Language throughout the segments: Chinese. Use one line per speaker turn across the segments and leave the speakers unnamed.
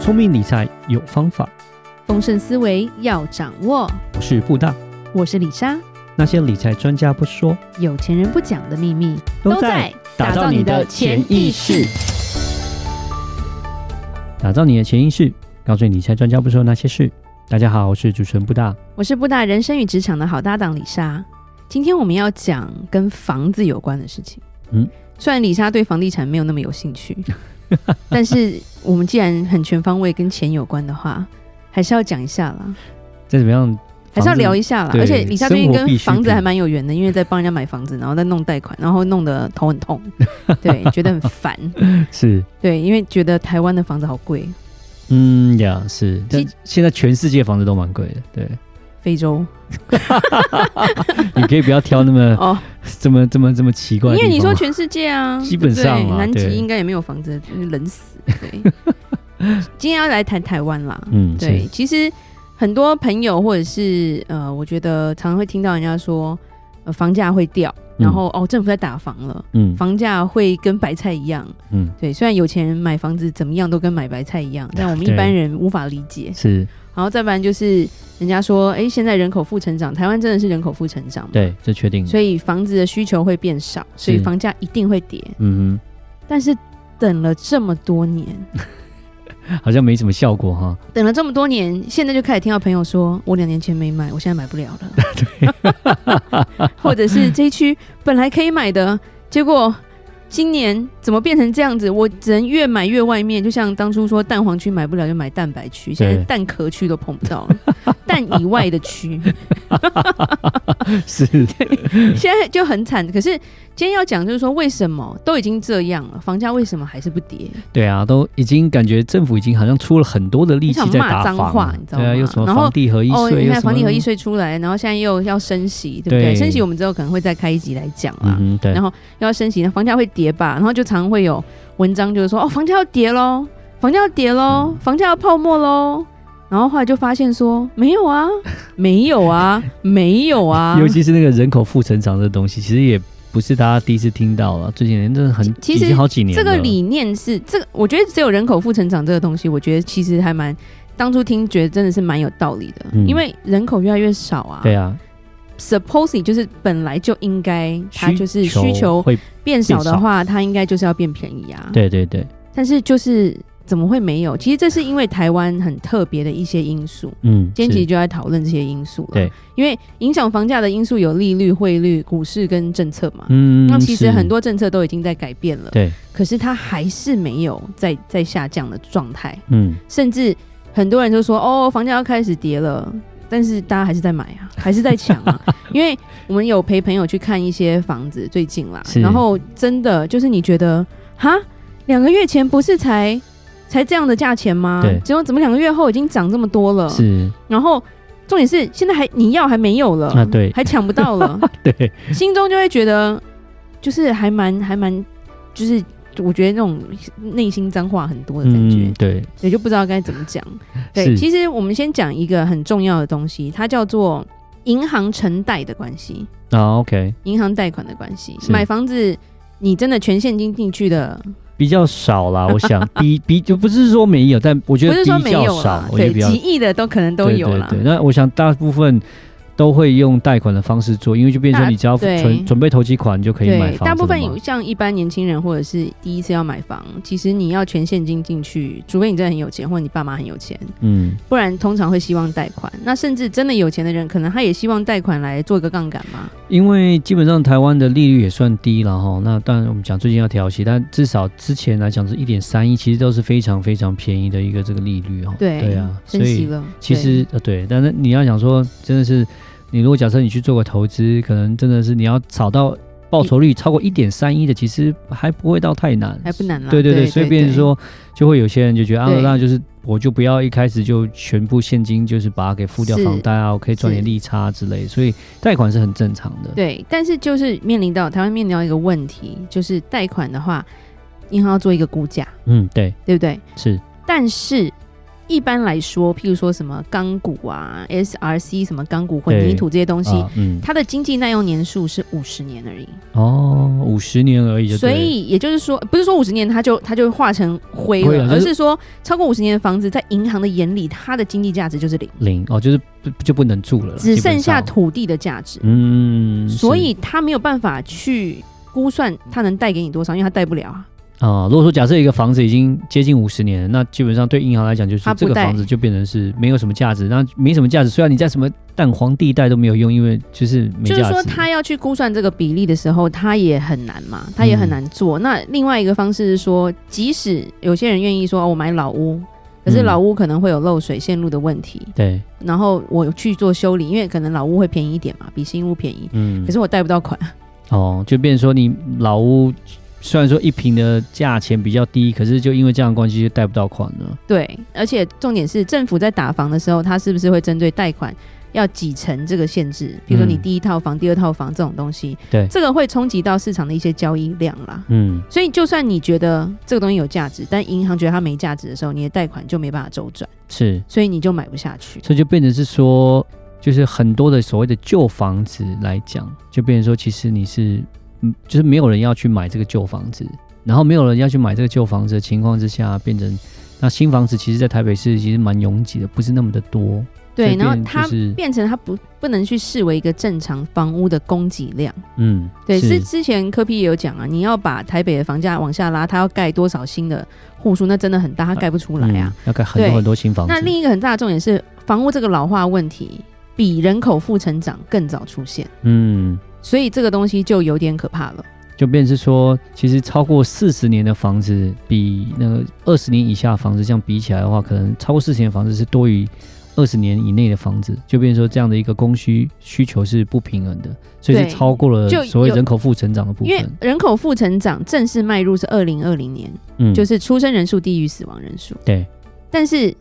聪明理财有方法，
丰盛思维要掌握。
我是布大。
我是李莎，
那些理财专家不说，
有钱人不讲的秘密
打造你的潜意识，，打造你的潜意识，告诉你理财专家不说那些事。大家好，我是主持人布大。
我是布大人生与职场的好搭档李莎。今天我们要讲跟房子有关的事情。
嗯
嗯，虽然李莎对房地产没有那么有兴趣， 但是我们既然很全方位跟钱有关的话，还是要讲一下啦，
再怎么样，
还是要聊
一
一下啦。
对
而且李莎最近
生活必
跟
需
房子
品
还蛮有缘的，因为在帮人家买房子，然后在弄贷款，然后弄得头很 痛，对，觉得很烦。
是，
对，因为觉得台湾的房子好贵，
嗯呀，是。但
其
现在全世界房子都蛮贵的，对，
非洲
你可以不要挑那么
哦，
这么这么这么奇怪
因
的呃地方。
为你说全世界啊，
基本上啊
对不对南
对
极应该也没有房子，冷死。对， 今天要来谈台湾啦。
嗯，
对
是，，
其实很多朋友或者是呃，我觉得常常会听到人家说，呃，房价会掉，然后、哦，政府在打房了，
嗯
房价会跟白菜一样。
嗯
对，虽然有钱人买房子怎么样都跟买白菜一样，但我们一
对
般人无法理解。
是，
然后再不然就是人家说，哎，现在人口负成长，台湾真的是人口负成长嘛，
对，嗯这确定的。
所以房子的需求会变少，所以
是
房价一定会跌。
嗯
但是等了这么多年，
哼，好像没什么效果 哈。
等了这么多年，现在就开始听到朋友说，我两年前没买，我现在买不了 了。或者是这一区本来可以买的，结果今年怎么变成这样子？我只能越买越外面，就像当初说蛋黄区买不了就买蛋白区，现在
对
蛋壳区都碰不到 了，蛋以外的区。
是，
现在就很惨。可是今天要讲就是说，为什么都已经这样了，房价为什么还是不跌？
对啊，都已经感觉政府已经好像出了很多的力气在打
很想骂脏
房
话
了，
你知道
对啊，
吗
又什么
然后
房地合一
哦，
税，
你
又
看
什么
房地合一，税出来，然后现在又要升息，对不对？
对
升息我们之后可能会再开一集来讲
嗯
啦。
哼，对
然，后又要升息，那房价会跌吧？然后就常会有文章就是说，哦，房价要跌喽，房价要跌喽，
嗯
房价要泡沫喽。然后后来就发现说，没有啊，没有啊，没有 啊。
尤其是那个人口负成长的东西，其实也不是大家第一次听到了，这几年真的很，
其实
已经好几年
这个
了
理念是这个，我觉得只有人口负成长这个东西，我觉得其实还蛮当初听觉得真的是蛮有道理的，
嗯
因为人口越来越少啊。
对啊，
supposedly 就是本来就应该它就是需求嗯
会，
变少的话，它应该就是要变便宜啊。，
对对对，
但是就是怎么会没有？其实这是因为台湾很特别的一些因素。
嗯，
今天
是
其实就在讨论这些因素了，
对，
因为影响房价的因素有利率、汇率、股市跟政策嘛。
嗯，
那其实
是
很多政策都已经在改变了，
对，
可是它还是没有在在下降的状态，
嗯，
甚至很多人就说哦，房价要开始跌了，但是大家还是在买 啊，还是在抢啊，因为我们有陪朋友去看一些房子，最近啦，
是
然后真的就是你觉得哈，两个月前不是才才这样的价钱吗
对？
结果怎么两个月后已经涨这么多了？
是，
然后重点是现在还你要还没有了，
啊对
还抢不 到了，
对，
心中就会觉得，就是还蛮还蛮，就是我觉得那种内心脏话很多的感觉，
嗯，对，
也就不知道该怎么讲。对，
是
其实我们先讲一个很重要的东西，它叫做银行承贷的关系，
啊，OK，
银行贷款的关系。
是
买房子，你真的全现金进去的，
比较少啦，我 想比比就不是说没有，但我觉
不
得
是说
比
没
较
有
少
啦，，
我觉
对
得比，较
几亿的都可能都有啦。
对对对，那我想大部分都会用贷款的方式做，因为就变成
大
说你只要
对
存准备投机款就可以买
对
房，子
大部分
了嘛
有像一般年轻人或者是第一次要买房，其实你要全现金进去，除非你真的很有钱，或者你爸妈很有钱，
嗯
不然通常会希望贷款。那甚至真的有钱的人，可能他也希望贷款来做一个杠杆嘛。
因为基本上台湾的利率也算低了哈，那当然我们讲最近要调息，但至少之前来讲是一点三一，其实都是非常非常便宜的一个这个利率哈。
对
对啊，所
升息
以
了，
其实呃对，但是你要想说真的是，你如果假设你去做个投资，可能真的是你要找到报酬率超过一点三一的，其实还不会到太难
对，还不难啦。
对对
啊对
对，所以变成，说，就会有些人就觉得啊，
对
那就是我就不要一开始就全部现金，就是把它给付掉
是
房贷啊，我可以赚点
是
利差之类，所以贷款是很正常的。
对对，但是就是面临到台湾面临到一个问题，就是贷款的话，银行要做一个估价，
嗯，对，
对不对？
是
但是。一般来说，譬如说什么钢骨啊、SRC 什么钢骨混凝土这些东西，
啊嗯，
它的经济耐用年数是五十年而已。
哦，五十年而已就
所
对了，
以也就是说，不是说五十年它就它就化成灰
灰
了，
了
而
就是
是说超过五十年的房子，在银行的眼里，它的经济价值就是零，
零哦，就是不就不能住了啦，
只
基本
剩下
上
土地的价值，
嗯，
所
是
以它没有办法去估算它能带给你多少，因为它带不了啊。
啊、如果说假设一个房子已经接近五十年了，那基本上对银行来讲，就是
它不
这个
贷
房子就变成是没有什么价值，那没什么价值。虽然你在什么蛋黄地带都没有用，因为就是没
就
价值。
是说，他要去估算这个比例的时候，他也很难
嗯
嘛，他也很难做。那另外一个方式是说，即使有些人愿意说、哦我买老屋，可是
嗯
老屋可能会有漏水线路的问题，
对，
然后我去做修理，因为可能老屋会便宜一点嘛，比新屋便宜，
嗯
可，是我贷不到款。
哦，就变成说你老屋虽然说一平的价钱比较低，可是就因为这样的关系就贷不到款了。
对，而且重点是政府在打房的时候，他是不是会针对贷款要几成这个限制？比如说你
嗯
第一套房、第二套房这种东西，
对
这个会冲击到市场的一些交易量啦。
嗯，
所以，就算你觉得这个东西有价值，但银行觉得它没价值的时候，你的贷款就没办法周转，
是，
所以你就买不下去。
所以就变成是说，就是很多的所谓的旧房子来讲，就变成说，其实你是，嗯，就是没有人要去买这个旧房子，然后没有人要去买这个旧房子的情况之下，变成那新房子其实，在台北市其实蛮拥挤的，不是那么的多。
对，
所以
然后
变
它
就是
变成它不不能去视为一个正常房屋的供给量。
嗯，
对，是之前科批也有讲啊，你要把台北的房价往下拉，它要盖多少新的户数，那真的很大，它盖不出来啊。
嗯，要盖很多
对
很多新房子。
那另一个很大的重点是，房屋这个老化问题比人口负成长更早出现，
嗯，
所以这个东西就有点可怕了。
就变成是说，其实超过四十年的房子，比那个二十年以下的房子这样比起来的话，可能超过四十年的房子是多于二十年以内的房子，就变成说这样的一个供需需求是不平衡的，所以
对
是超过了
就
所谓
有
人口负成长的部
因为
分。
人口负成长正式迈入是二零二零年，
嗯，
就是出生人数低于死亡人数。
对，
但是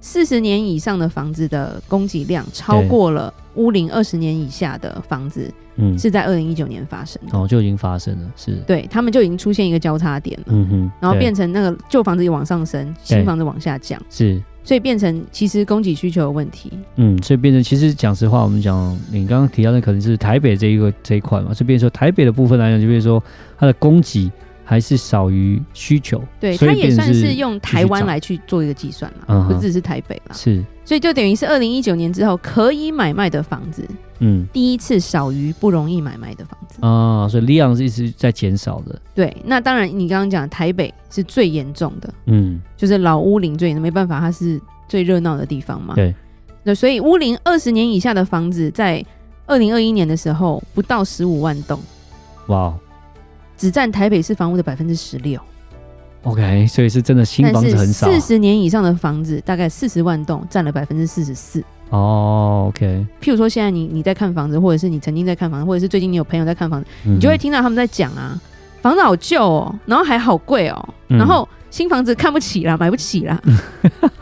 四十年以上的房子的供给量超
对
过了屋龄二十年以下的房子，
嗯，
是在二零一九年发生的。
哦，就已经发生了，是，
对他们就已经出现一个交叉点了，
嗯哼，
然后
对
变成那个旧房子也往上升，新
对
房子往下降，
是。
所以变成其实供给需求的问题。
嗯，所以变成其实讲实话，我们讲你刚刚提到的可能是台北这一个这一块嘛，所以变成说台北的部分来讲，就变成说它的供给还是少于需求，
对，
所
它
以
也
变成
算
是
是用台湾来去做一个计算啦，
嗯
不
哼
只是台北啦，
是，
所以就等于是二零一九年之后可以买卖的房子，
嗯
第一次少于不容易买卖的房子。
啊，所以量是一直在减少的，
对，那当然你刚刚讲台北是最严重的，
嗯，
就是老屋龄最严重，没办法，它是最热闹的地方嘛。
对，
那所以屋龄二十年以下的房子，在二零二一年的时候不到十五万栋，
哇
只占台北市房屋的百分之十六。
，OK，所以是真的新
但
房
是
子很少啊
四十年以上的房子大概四十万栋，占了百分之四十四。
哦，OK，
譬如说现在你你在看房子，或者是你曾经在看房子，或者是最近你有朋友在看房子，
你
你就会听到他们在讲啊，房子好旧哦，然后还好贵哦，
嗯
然后新房子看不起啦，买不起 啦，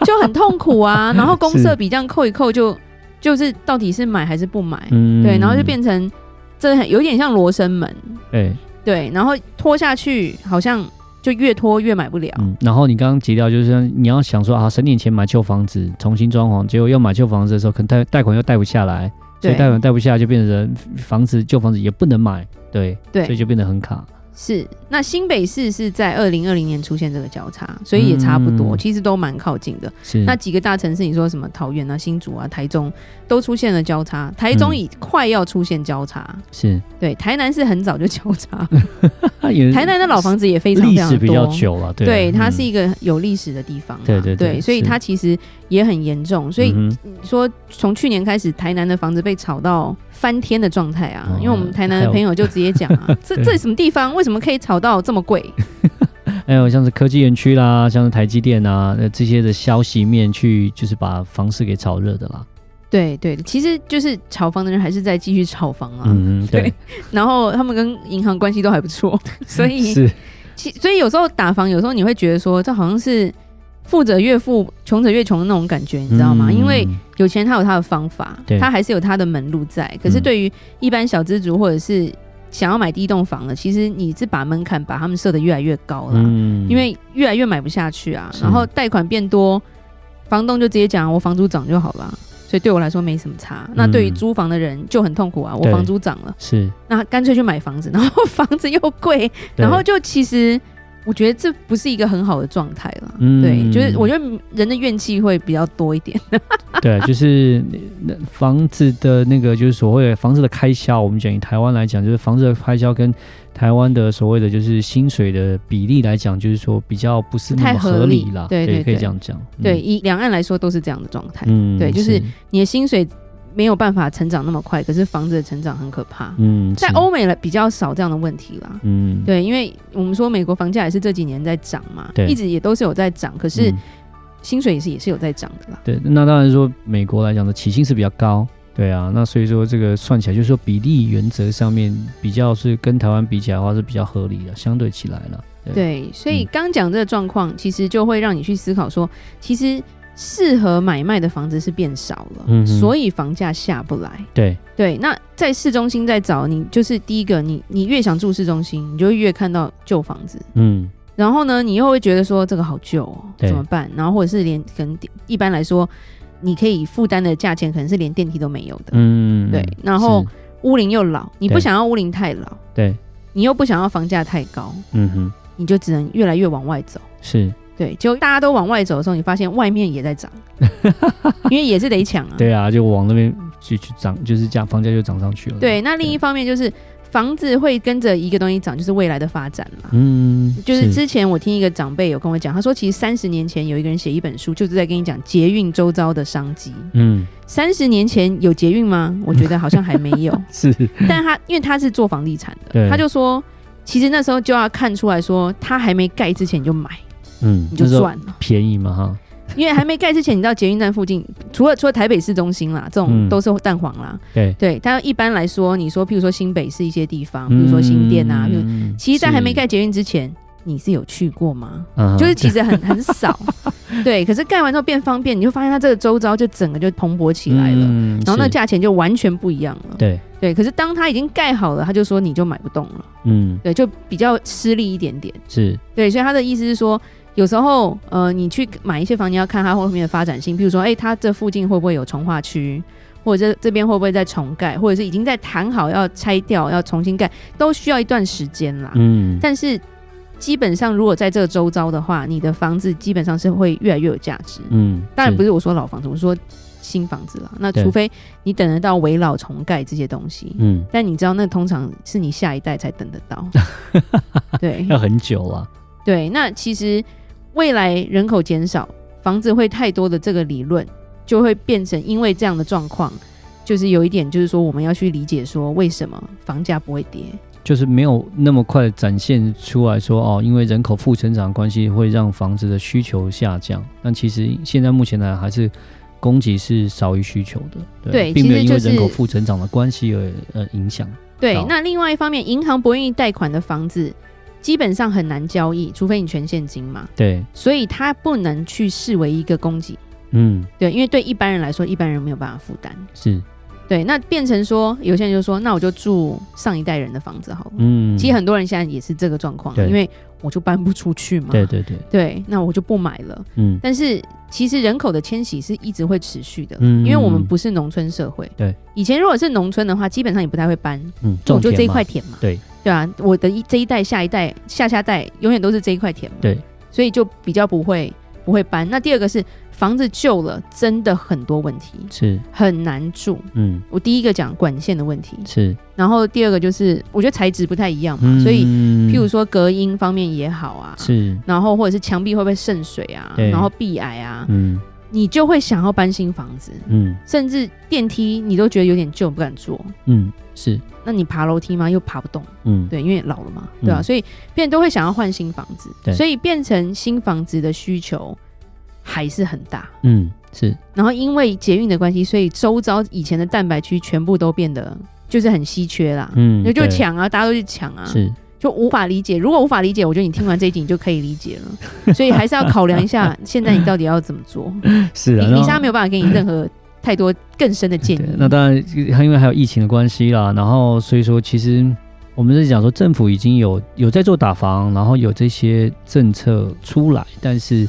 就很痛苦啊。然后公社比这样扣一扣就，就是到底是买还是不买？
嗯
对，然后就变成这很有点像罗生门，
对，
对，然后拖下去好像就越拖越买不了。
嗯，然后你刚刚提到就是说你要想说啊，十年前买旧房子重新装潢，结果要买旧房子的时候，可能贷贷款又贷不下来，所
对
以贷款贷不下来就变成房子旧房子也不能买，对，
对
所以就变得很卡，
是，那新北市是在二零二零年出现这个交叉，所以也差不多，
嗯
其实都蛮靠近的。
是
那几个大城市，你说什么桃园啊、新竹啊、台中都出现了交叉，台中
嗯
已快要出现交叉，
是，
对，台南是很早就交 叉，
它也
台南的老房子也非常非
历
常
史
多，
比较久了，对，
对，它
嗯
是一个有历史的地方嘛，
对对对
对，所以
是
它其实也很严重，所以
嗯哼
说从去年开始，台南的房子被炒到翻天的状态啊，
哦
因为我们台南的朋友就直接讲啊，这这什么地方，为什么可以炒到这么贵？
还有像是科技园区啦，像是台积电啊，呃这些的消息面去就是把房市给炒热的啦。
对对，其实就是炒房的人还是在继续炒房啊，
嗯，
对，然后他们跟银行关系都还 不错，所以
是，
其所以有时候打房，有时候你会觉得说，这好像是富者越富，穷者越穷的那种感觉，你知道吗？
嗯
因为有钱人他有他的方法
对，
他还是有他的门路在。可是
嗯
对于一般小资族或者是想要买第一栋房的，其实你是把门槛把他们设得越来越高了，
嗯
因为越来越买不下去啊，
是
然后贷款变多。房东就直接讲我房租涨就好了，所以对我来说没什么差。那对于租房的人就很痛苦啊，我
嗯对
房租涨了，
是，
那干脆去买房子， 然后房子又贵，
对
然后就其实我觉得这不是一个很好的状态了。
嗯
对，就是我觉得人的怨气会比较多一点。
对，就是那房子的那个，就是所谓的房子的开销，我们讲以台湾来讲，就是房子的开销跟台湾的所谓的就是薪水的比例来讲，就是说比较不是
不
那
太
么
合理
理啦。
对对
可以
对
这样讲。嗯
对，，以两岸来说都是这样的状态。
嗯
对就是你的薪水没有办法成长那么快，可是房子的成长很可怕。
嗯，
在
是，
欧美了比较少这样的问题啦。
嗯，
对，因为我们说美国房价也是这几年在涨嘛，
对
一直也都是有在涨，可是
嗯
薪水也是也是有在涨的啦。
对，那当然说美国来讲的起薪是比较高，对啊，那所以说这个算起来，就是说比例原则上面比较是跟台湾比起来的话是比较合理的，相对起来了。对
对，所以
嗯
刚讲这个状况，其实就会让你去思考说，其实适合买卖的房子是变少了，
嗯哼
所以房价下不来。
对，
对，那在市中心在找你，就是第一个，你你越想住市中心，你就会越看到旧房子，
嗯，
然后呢，你又会觉得说这个好旧哦，
对
怎么办？然后或者是连可能一般来说，你可以负担的价钱可能是连电梯都没有的，
嗯，
对
是。
然后屋龄又老，你不
对
想要屋龄太老，
对，
你又不想要房价太高，
嗯哼，
你就只能越来越往外走。
是
对，就大家都往外走的时候，你发现外面也 在涨，因为也是得抢啊。
对啊，就往那边去去涨，就是价房价就涨上去了。
对，那另一方面就是房子会跟着一个东西涨，就是未来的发展嘛。
嗯，
就是之前我听一个长辈有跟我讲，他说其实三十年前有一个人写一本书，就是在跟你讲捷运周遭的商机。
嗯
三十年前有捷运吗？我觉得好像还没有。
是
但他因为他是做房地产的，
对
他就说，其实那时候就要看出来说，他还没盖之前你就买，
嗯，
你就
那时候
赚了。
便宜嘛哈，
因为还没盖之前，你知道捷运站附近，除了除了台北市中心啦，这种
嗯
都是蛋黄啦。
对，
对，但一般来说，你说譬如说新北市一些地方，比如说新店啊，譬如
嗯
其实，在还没，盖捷运之前，你是有去过吗？
嗯
就是其实很很 少，对。可是盖完之后变方便，你就发现它这个周遭就整个就蓬勃起来了，
嗯
然后那
是
价钱就完全不一样了。
对，
对，可是当它已经盖好了，他就说你就买不动了，
嗯
对，就比较吃力一点点。
是
对，所以他的意思是说，有时候呃，你去买一些房，你要看它后面的发展性，譬如说，哎、它这附近会不会有重化区，或者这这边会不会再重盖，或者是已经在谈好要拆掉要重新盖，都需要一段时间啦。
嗯
啊但是基本上，如果在这个周遭的话，你的房子基本上是会越来越有价值。
嗯，
当然不
是
是我说老房子，我说新房子啦。那
对
除非你等得到围老重盖这些东西，
嗯，
但你知道，那通常是你下一代才等得 到。对
要很久啊，
对，那其实未来人口减少，房子会太多的这个理论，就会变成因为这样的状况，就是有一点，就是说我们要去理解说为什么房价不会跌。
就是没有那么快展现出来说哦，因为人口负成长的关系会让房子的需求下降。但其实现在目前来还是供给是少于需求的，
对
并没有
其实
因为
就是
人口负成长的关系而呃影响。
对
好，
那另外一方面，银行不愿意贷款的房子。基本上很难交易，除非你全现金嘛，
对，
所以它不能去视为一个供给，
嗯，
对，因为对一般人来说，一般人没有办法负担，
是，
对，那变成说，有些人就说，那我就住上一代人的房子好了。
嗯，
其实很多人现在也是这个状况，
对
因为我就搬不出去嘛。
对对对，
对那我就不买了。
嗯，
但是其实人口的迁徙是一直会持续的，
嗯
因为我们不是农村社会。
对，
以前如果是农村的话，基本上也不太会搬，
嗯，
我
种
就
田
这一
嘛
块，田嘛。
对
对啊，我的一这一代、下一代、下下代永远都是这一块田嘛。
对，
所以就比较不会不会搬。那第二个是房子旧了，真的很多问题，
是，
很难住。
嗯，
我第一个讲管线的问题，
是，嗯
然后第二个就是我觉得材质不太一样嘛，所以譬如说隔音方面也好啊，
是，
然后或者是墙壁会不会渗水啊，
对
然后壁癌啊，
嗯
你就会想要搬新房子，
嗯
甚至电梯你都觉得有点旧，不敢坐。
嗯，是，
那你爬楼梯吗？又爬不动，
嗯，
对，因为老了嘛，对吧、
嗯
所以变都会想要换新房子，
对
所以变成新房子的需求还是很大。
嗯，是，
然后因为捷运的关系，所以周遭以前的蛋白区全部都变得就是很稀缺啦。
嗯，
就就
对，
抢啊，大家都去抢啊，
是，
就无法理解。如果无法理解，我觉得你听完这一集你就可以理解 了。所以还是要考量一下，现在你到底要怎么做。
是
你
啊，
你
然
现
后
在没有办法给你任何太多更深的建
对
议，。
那当然，它因为还有疫情的关系啦，然后所以说，其实我们在讲说，政府已经有有在做打房，然后有这些政策出来，但是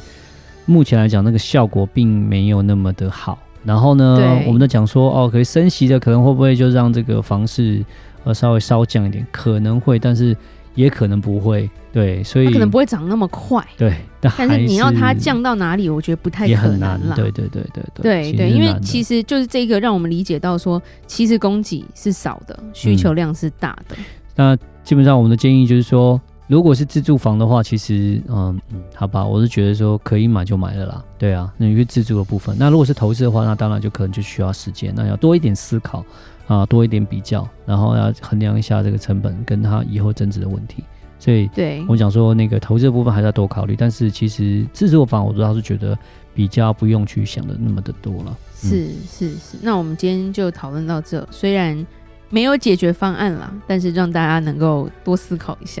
目前来讲，那个效果并没有那么的好。然后呢
对，
我们在讲说，哦，可是升息的可能会不会就让这个房市呃稍微稍降一点？可能会，但是也可能不会。对，所以
它可能不会涨那么快，
对，但
但
还
是
是
你要它降到哪里，我觉得不太
也
可
很
能
难
啦。。
对对对对
对对，因为其
实
实就是这个让我们理解到说，其实供给是少的，需求量是大的。
那基本上我们的建议就是说，如果是自住房的话，其实嗯嗯，好吧，我是觉得说可以买就买了啦。对啊，那因为自住的部分，那如果是投资的话，那当然就可能就需要时间，那要多一点思考啊，多一点比较，然后要衡量一下这个成本跟它以后增值的问题。所以
对
我们讲说那个投资的部分还是要多考虑，但是其实自住房我倒是觉得比较不用去想的那么的多了。
是是是。那我们今天就讨论到这，虽然没有解决方案啦，但是让大家能够多思考一下。